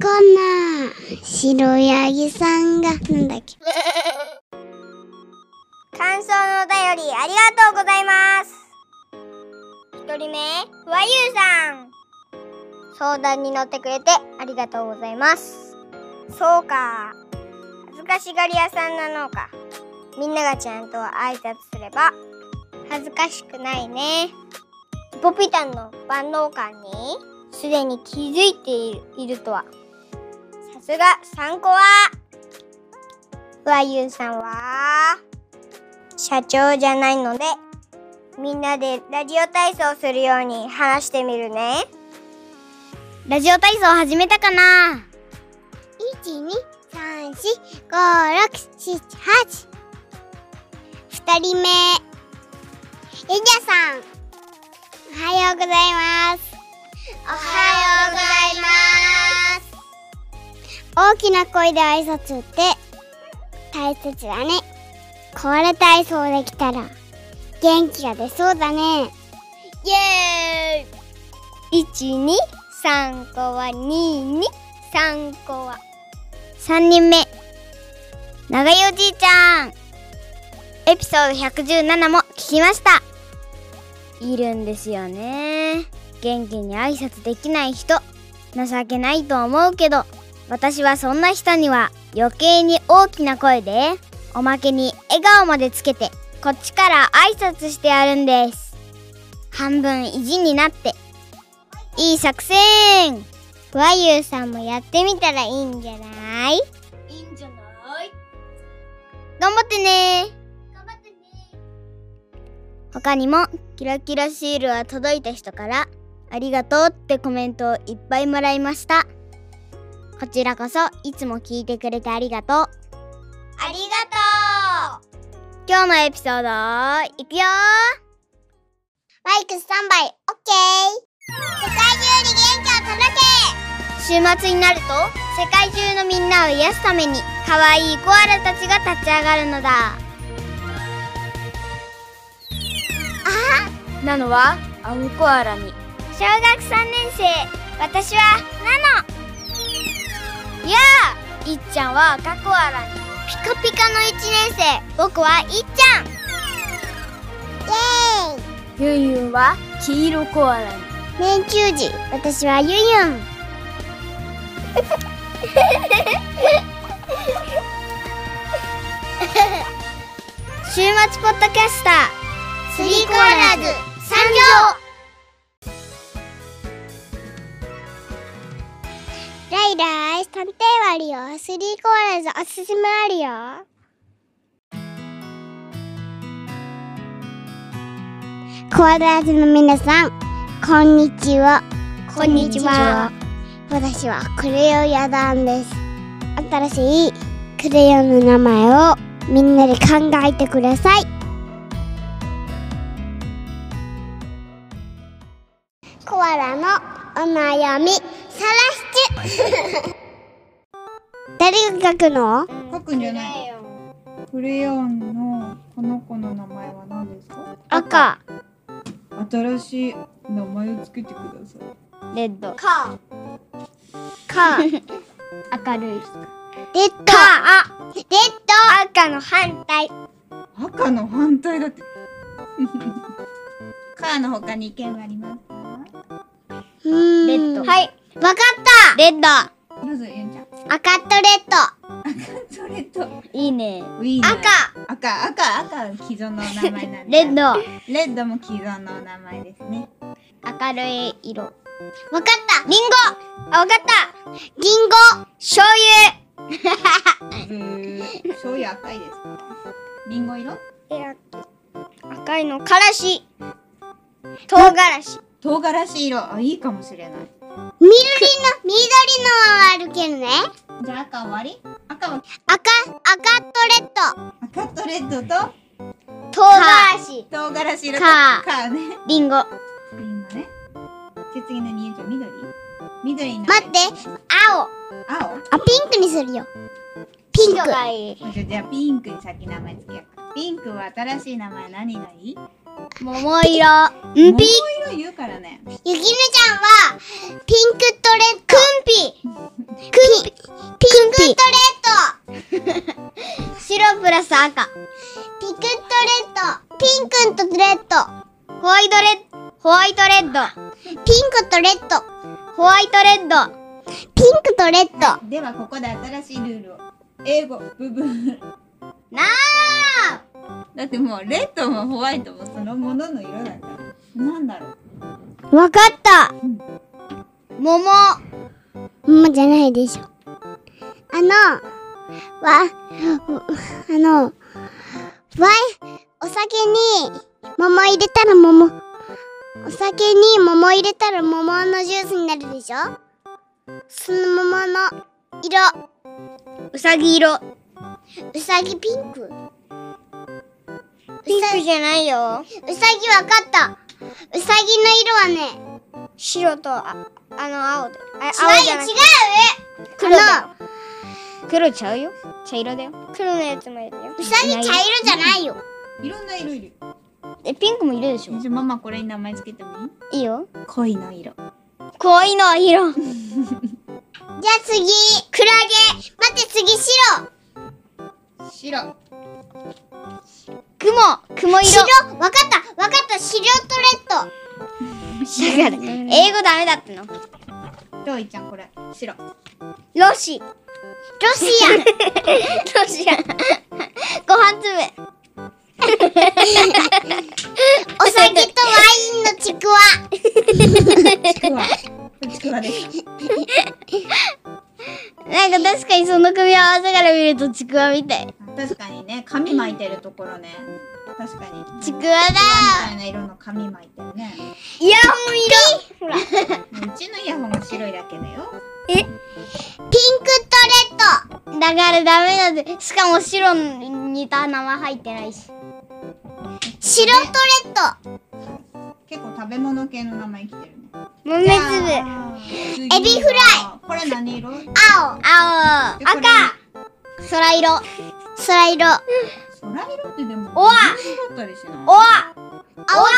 な白ヤギさんがなんだっけ感想のお便りありがとうございます一人目和ゆうさん相談に乗ってくれてありがとうございますそうか恥ずかしがり屋さんなのかみんながちゃんと挨拶すれば恥ずかしくないねポピタンの万能感にすでに気づいているいるとはさすが参考は和ゆうさんは社長じゃないのでみんなでラジオ体操するように話してみるねラジオ体操始めたかな一二三四五六七八。二人目。エリアさん。おはようございます。おはようございます。大きな声で挨拶って大切だね。これ体操できたら元気が出そうだね。イエーイ一二三個は二二三個は三人目長いおじいちゃんエピソード117も聞きましたいるんですよね元気に挨拶できない人情けないと思うけど私はそんな人には余計に大きな声でおまけに笑顔までつけてこっちから挨拶してやるんです半分意地になっていい作戦和ゆうさんもやってみたらいいんじゃない頑張ってね他にもキラキラシールは届いた人からありがとうってコメントをいっぱいもらいましたこちらこそいつも聞いてくれてありがとうありがとう今日のエピソードいくよマイクスタンバイ、オッケー。世界中に元気を届け週末になると世界中のみんなを癒すために可愛いコアラたちが立ち上がるのだあなのは青コアラに小学3年生私はなのいやあいっちゃんは赤コアラにピカピカの1年生僕はいっちゃんイエーイユンユンは黄色コアラに年中時私はユンユ ン週末ポッドキャスタースリーコアラーズ参上ライライ探偵割よスリーコアラーズおすすめあるよコアラーズの皆さんこんにちはこんにちは私はクレヨンやだんです新しいクレヨンの名前をみんなで考えてくださいコアラのお悩みさらしち誰が書くの書くんじゃないクレヨンのこの子の名前は何ですか赤新しい名前をつけてくださいレッドかか明るいレッドかあレッド赤の反対赤の反対だ ってカーの他に意見はありますかレレッドはいわかっレッドまずゆん ちゃんた赤とレッドそれといいねウィーナー赤赤赤赤既存の名前なんだレッド レッドも既存の名前ですね明るい色わかったリンあわかったリンゴ醤ブー醤油赤いですかリンゴ色赤いのからし唐辛子唐辛子色あいいかもしれない緑の緑のを歩けるねじゃあ赤終わり赤は赤赤とレッド赤とレッドと唐辛子唐辛子色とカーカーね油リンゴリンゴねじゃあ次のにえちゃん緑緑の待って青青あピンクにするよピンクがいいあじゃあじゃあピンクに先名前つけようピンクは新しい名前何がいい桃色ピんピ色言うからねゆきねちゃんはピンクとレッドくんぴくんラス赤ピクッとレッドピンクとレッドホワイトレッホワイトレッドピンクとレッドホワイトレッドピンクとレッドではここで新しいルールを英語部分なあだってもうレッドもホワイトもそのものの色だからなんだろうわかった桃桃じゃないでしょあのわあのわいお酒に桃入れたら桃お酒に桃入れたら桃のジュースになるでしょその桃の色うさぎ色うさぎピンクうピンさクぎうじゃないよ。さぎわかったうさぎの色はね白とああの青で。あ違う青じゃよな違。いう黒だあの黒ちゃうよ茶色だよ黒のやつもいるよ。うさぎ茶色じゃないよいろんな色いるえピンクもいるでしょじゃあママこれに名前つけてもいいいいよ恋の色恋 の色じゃあ次クラゲ待って次白白雲雲色白わかったわかった白とレッだから英語ダメだったのどういちゃんこれ白ロシドロシ アンロシアご飯粒お酒とワインのちくわち くわちくわですなんか確かにその組み合わせから見るとちくわみたい確かにね紙巻いてるところね確かにちくわみだたいな色の紙巻いてるねイヤホン色うちのイヤホンが白いだけだよピンクとレッドだからダメなんでしかも白に似た名前入ってないし白とレッド結構食べ物系の名前来てるね豆粒エエビフライこれ何色青青赤空色空色空色ってでもおわ水色だったりしないおわ青空あず青空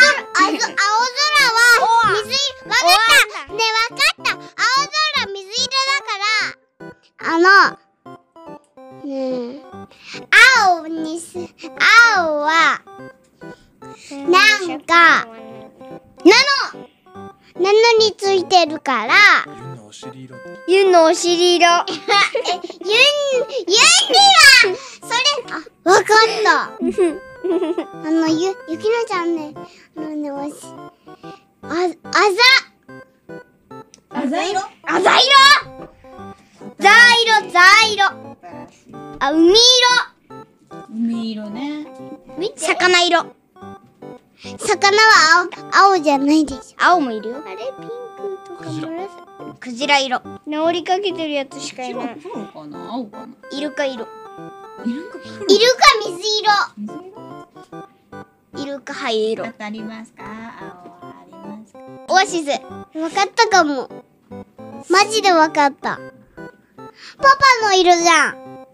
は水色わかったねわかった青空水色だからあのうん青にす青はなんかナノについてるからゆんのお尻色ユンのお尻 色ユンユンにはそれあわかった あのゆゆきなちゃんねあのねおしああざあざ色あざ色ざ色ざ色素晴らしいあ海色海色ね魚色魚は青青じゃないでし青もいるよょあれピンクとか紫クジラ色治りかけてるやつしかい白ない黒かな青かなイルカ色イルカ黒イルカ水色水色イルカ灰色あとありますか青はありますかオアシスわかったかもマジでわかったパパの色じゃん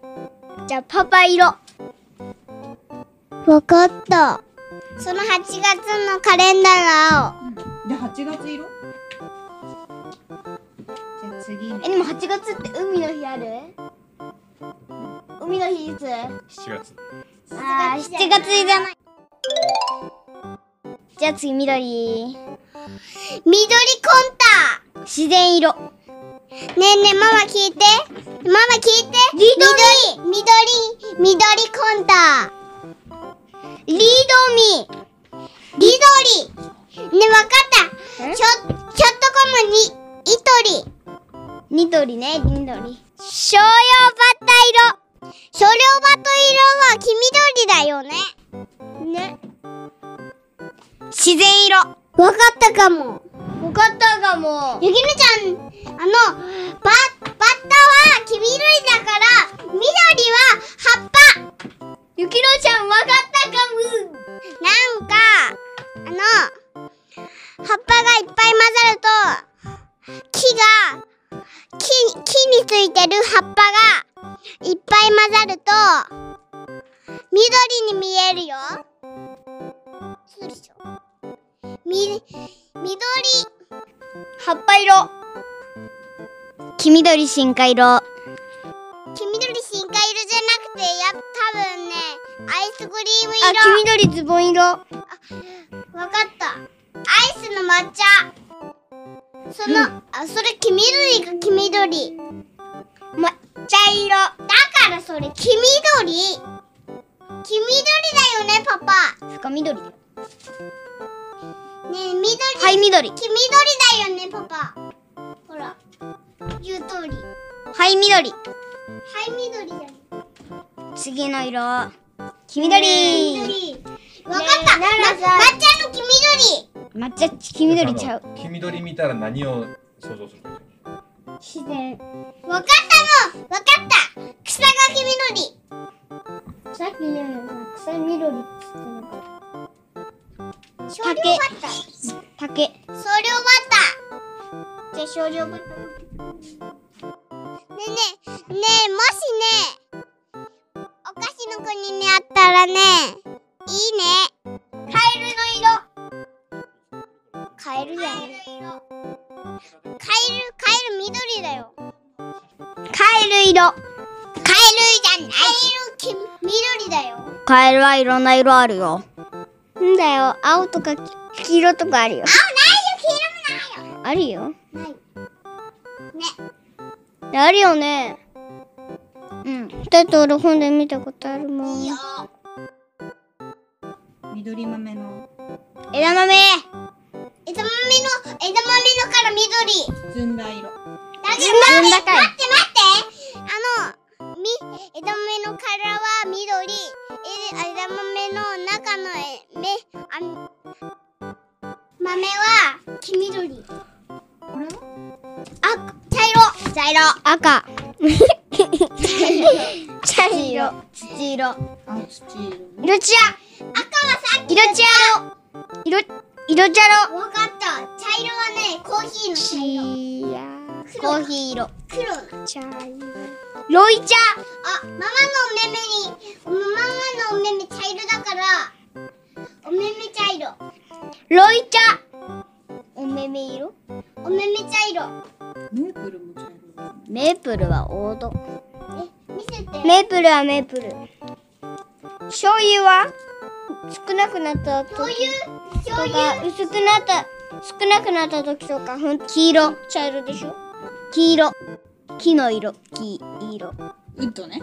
じゃあパパ色わかったその8月のカレンダーが青うんで8月色じゃあ次ねえでも8月って海の日ある海の日いつ7月あー7月じゃないじゃあ次緑緑コンタ自然色ねえねえママ聞いてママ聞いて緑緑緑コンタリードミリドリねえわかったひょひょっとこもにイトリニトリねニトリ少量バッタ色少量バッタ色は黄緑だよねね自然色わわかったかもかったかもゆきのちゃんあのババッタは黄緑だから緑は葉っぱゆきのちゃんわかったかもなんかあの葉っぱがいっぱい混ざると木が木木についてる葉っぱがいっぱい混ざると緑に見えるよ。そうでしょみ緑葉っぱ色黄緑深海色黄緑深海色じゃなくてや多分ねイスクリームあ、黄緑ズボン色。色。わかった。アイスの抹茶。その、あ、それ黄緑が黄緑。抹茶色。だからそれ黄緑。黄緑だよね、パパ。深緑だよねえ、緑。はい緑黄緑だよね、パパ。ほら、言う通り。はい緑はい、緑だよ。次の色黄緑わかった。ま抹茶の黄緑。抹茶黄緑ちゃうあの黄緑見たら何を想像するか自然わかったのわかった草が黄緑さっきの草緑っつってなか少量バッター竹少量バッターじゃあ少量バッターねえねえねえもしねお菓子の国にあったらねいいねカエルの色カエルだよカエルカエル緑だよカエル色カエルじゃないカエル緑だよカエルはいろんな色あるよんだよ青とかき黄色とかあるよ青ないよあるよ黄色もないよないねあるよねうんだって俺本で見たことあるもんいいよ緑豆の枝豆枝豆の枝豆のから緑ずんだ色。だけずんだど待ってかい待ってあのみ枝豆のからは緑え枝豆の中のえめあん豆は黄緑これはあ茶色茶色 赤茶色土色あ、土色。色茶赤はさっき色茶色色茶色わかった茶色はねコーヒーの茶色いやコーヒー色黒な茶色ロイ茶あ、ママのお目目に、ママのお目目茶色だから、お目目茶色、ロイ茶おめめ色お目目茶色。メープルも茶色だね。メープルは王道え、見せて。メープルはメープル醤油は少なくなった時醤油、と醤油、か薄くなった少なくなった時とかほん黄色茶色でしょ黄色木の色黄色ウッドね。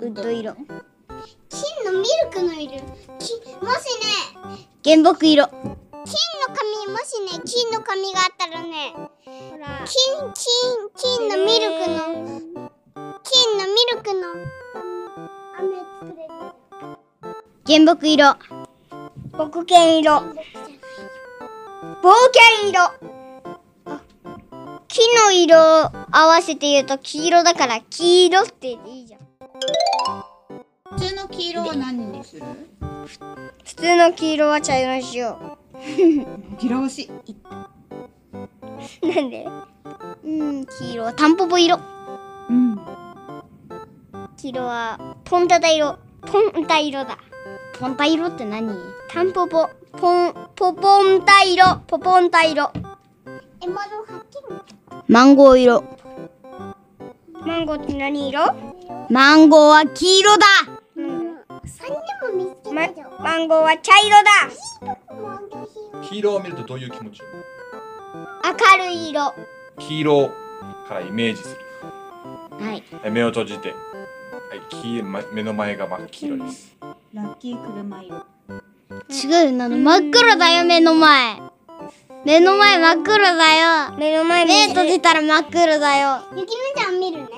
ウッド色金のミルクの色。金、もしね、原木色金の髪、もしね、金の髪があったらね、ほら金、金、金のミルクの、金のミルクの、飴作れる。原木色木剣色冒険色木の色を合わせて言うと黄色だから黄色っていいじゃん普通の黄色は何にする普通の黄色は茶色にしよ嫌わし。うなんでうん黄色はタンポポ色うん。黄色はポンタタ色ポンタ色だポンタ色って何タンポポポンポポンタ色ポポンタ色獲物を発見。マンゴー色マンゴーって何色マンゴーは黄色だ三人も見つけたじゃん。マンゴーは茶色だもうどうしよう黄色を見るとどういう気持ち明るい色は黄色からイメージするいえ目を閉じてはい黄ま目の前が真っ黄色ですラッキー車色。違うなの真っ黒だよ目の前目の前真っ黒だよ目の前目閉じたら真っ黒だよゆきみちゃん見るね。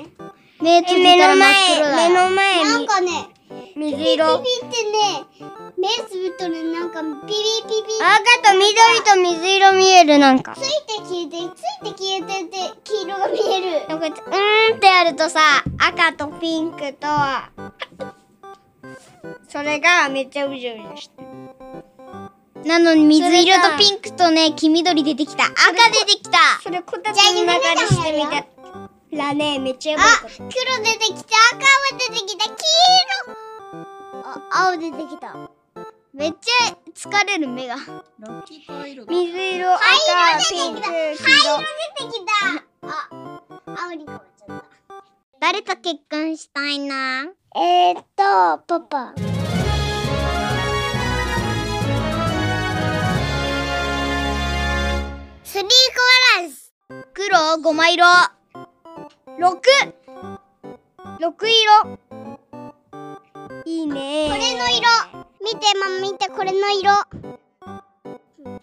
目閉じたら真っ黒だよ目の前なにんかね、水ピピ色。ってね、目つぶっとるなんかピピピピ赤と緑と水色見えるなんかついて消えてついて消えてて黄色が見える。なんかうーんってやるとさ赤とピンクとそれがめっちゃうじゃうじゃしてる。なのに水それ色がとピンクとね黄緑出てきた赤出てきたそれこたつじゃあの夢中でしてみみたいなたらね、めっちゃやばいあこ、と。黒出てきた、赤は出てきた、黄色。あ、青出てきた。めっちゃ疲れる目がラッキーパイロット。水色、赤、ピンク、黄色。出てきた。あ、青に変わっちゃっ誰と結婚したいなた。えー、っと、パパ。スリーコアランス黒ごま色六六色いいねこれの色見てママ見てこれの色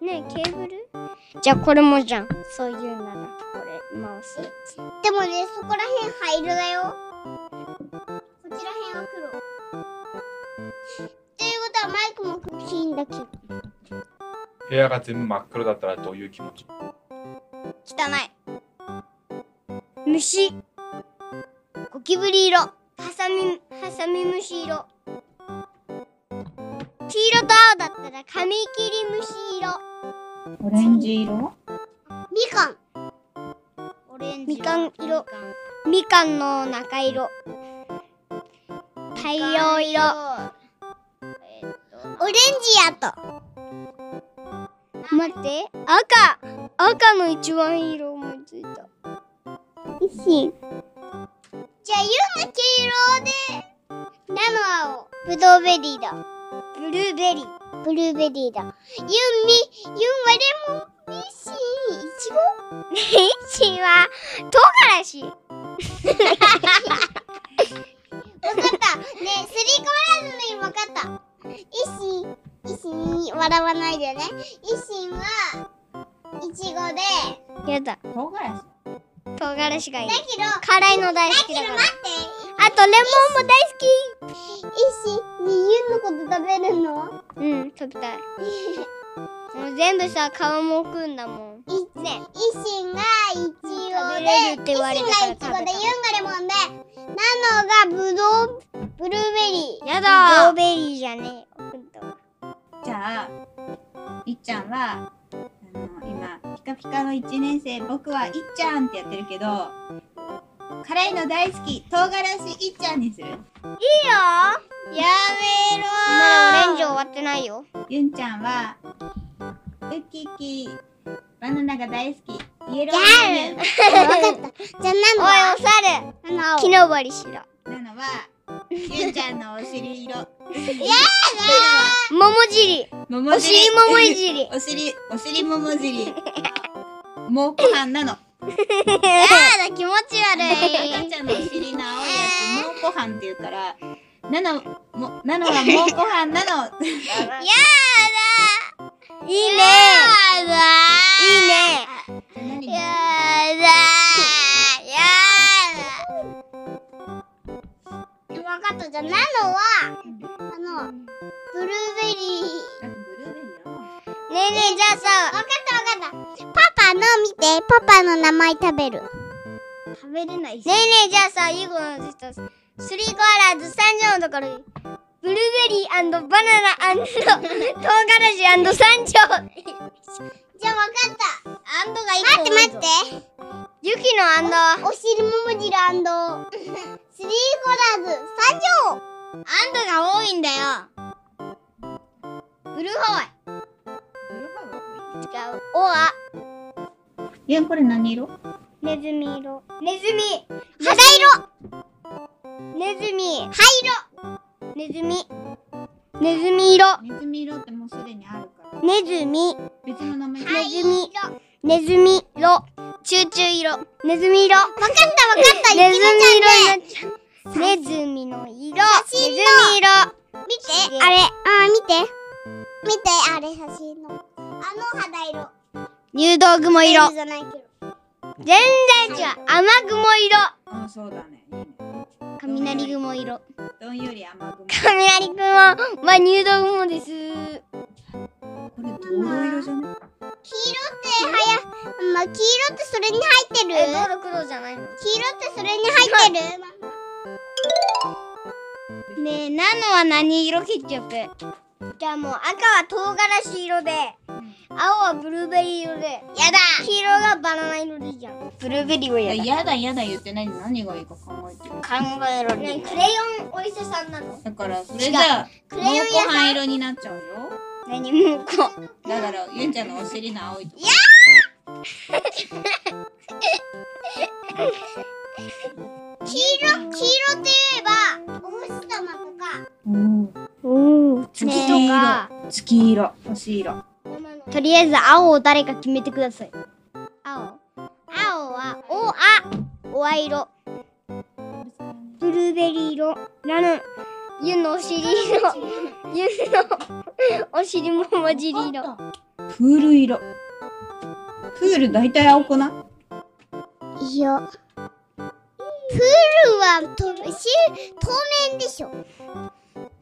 ねケーブルじゃあこれもじゃんそういうならこれマウスでもねそこらへん灰色だよこちらへんは黒ということはマイクも黒いんだけど部屋が全部真っ黒だったらどういう気持ち汚い虫ゴキブリ色ハサミハサミムシ色黄色と青だったらカミキリムシ色オレンジ色みかんオレンジみかん色みかんの中色太陽色オレンジやと待って赤赤の一番いい色思いついたじゃあゆうの黄色でなの青ぶどうベリーだブルーベリーブルーベリーだ ユンミユンはレモンミッシーイチ天ゴ使は唐辛子わかった。ねえ、スリーコマラーズの意味わかった。一心、一心笑わないでね。一心は、いちごで、だやだ唐辛子唐辛子がいいけど、だ辛いの大好けきどだ待かっらて。あとレモンも一心にユンのこと食べるの大好きうん食べたいもう全部さ皮も食うんだもんいね、一心がいち食べごで、れ一るって心言わがれいたちから食べごたで、ユンがレモンで、ナノがぶどう、ブルーベリー。やだブルーベリーじゃねえよほんとじゃあいっちゃんはあの今ピカピカの1年生僕はいっちゃんってやってるけど辛いの大好き唐辛子いっちゃんにするやめろまだオレンジ終わってないよゆんちゃんはウキキバナナが大好きイエローメニュわかった。じゃおあ、ナノいはお猿ナノ青木登りしろーなのはゆんちゃんのお尻色桃尻もお尻桃いじりお尻お尻ももじりもうご飯なやのだ気持ち 悪赤ちゃんのお尻の青いやつ、もうご飯って言うから、ナナも、ナナはもうご飯なの。いいいねやだいいね何やだ分かったじゃあナノはあのブルーベリーだってブルーねえベリーだもんねえじゃあさ分かった分かったパパの見てパパの名前食べる食べれないしねえねえじゃあさゆうごの人スリーコアラーズ三条のところにブルーベリーバナナ唐辛子三条じゃあ分かったアンドがい待って待ってユキのアンドお尻ももじるア ンドスリーコラーズ三条アンドが多いんだよブルーホワイブルーベリーは違うオアいや、これ何色ネズミ色ネズミ肌ネズミ灰色ネズミネズミ色ネズミ色ってもうすでにあるから。ネズミ別の名前ネズミネズミ色チューチュー色ネズミ色わかったわかったネズミ色になっちゃうネズミの色ネズミ色色見てあれあ見て見てあれ写真のあの肌色入道雲色じゃないけど全然違う雨雲色あ、そうだね。いいね。雷雲色どんより雨雲。雷雲は入道雲ですこれ、道路色じゃない黄色ってはや、まあ、黄色ってそれに入ってるえ道路黒じゃないの黄色ってそれに入ってるねえナノは何色結局じゃあもう赤は唐辛子色で青はブルーベリー色でやだ黄色がバナナ色でいいじゃんブルーベリーをいや、やだやだ言ってないで何がいいか考えてる。考えろねクレヨンお医者さんなのだから、それじゃあ、もうごレヨン屋さん飯色になっちゃうよ。何もうこうだから、ゆんちゃんのお尻の青いとこ。黄色黄色って言えばお星様とか月色。月色。星色。とりあえず青を誰か決めてくださいおあおあ色ブルーベリー色ラムユンのお尻 色ユンのお尻も混じり色プール色プール大体青粉いやプールはとし透明でしょ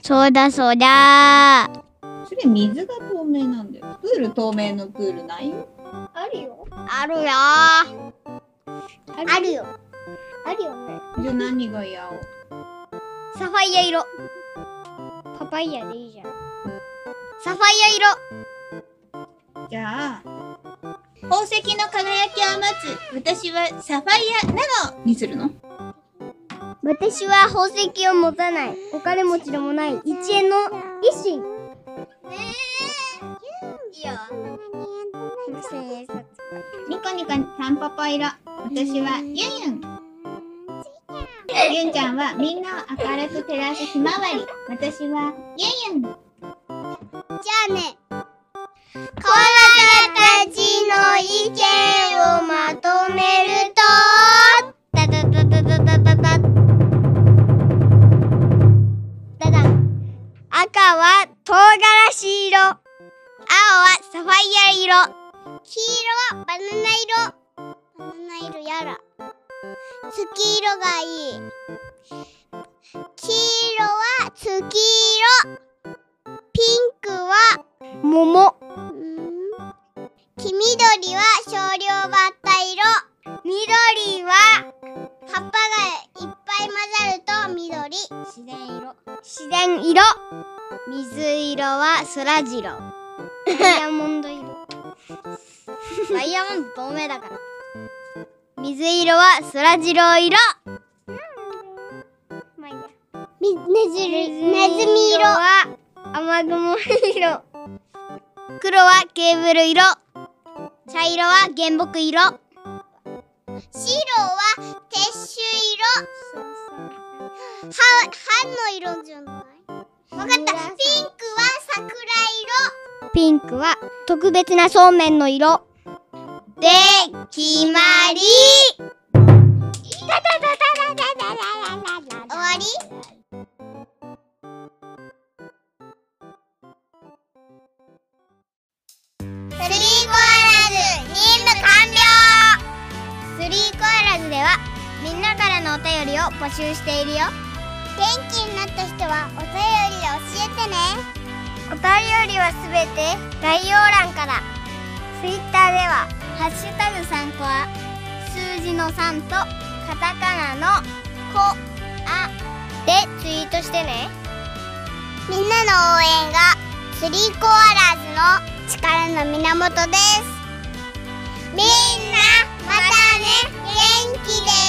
そうだそうだそれ水が透明なんだよプール透明のプールないよあるよあるよあるよあるよねじゃあ何がいい青サファイア色パパイヤでいいじゃんサファイじゃあ宝石の輝きを待つ私はサファイアなのにするのア色私は宝石を持たないお金持ちでもない1円の一心いいよ1000円札ニコニコタンポポ色私はユンユンユンちゃんはみんなを明るく照らすひまわり私はユンユじンゃあねコアラたちの意見をまとめるとタタタタタタタタダダン赤は唐辛子色青はサファイア色黄色はバナナ色バナナ色やら月色がいい黄色は月色ピンクは桃うーん黄緑は少量バッタ色緑は葉っぱがいっぱい混ざると緑自然色自然色水色は空白ダイヤモンド色ダイヤモンド透明だから水色は空白色まあいいやみねずネりズねずミみ色色は雨雲色黒はケーブル色茶色は原木色白は鉄種色歯歯の色じゃないわかったピンクは桜ピンクは特別なそうめんの色で決まり色終わりスリーコアラズ任務完了スリーコアラズではみんなからのお便りを募集しているよ元気になった人はお便りで教えてねお便りはすべて概要欄からツイッターでは「ハッシュタグ3コア」数字の3とカタカナの「コア」でツイートしてねみんなの応援がスリーコアラーズの力の源ですみんなまたね元気で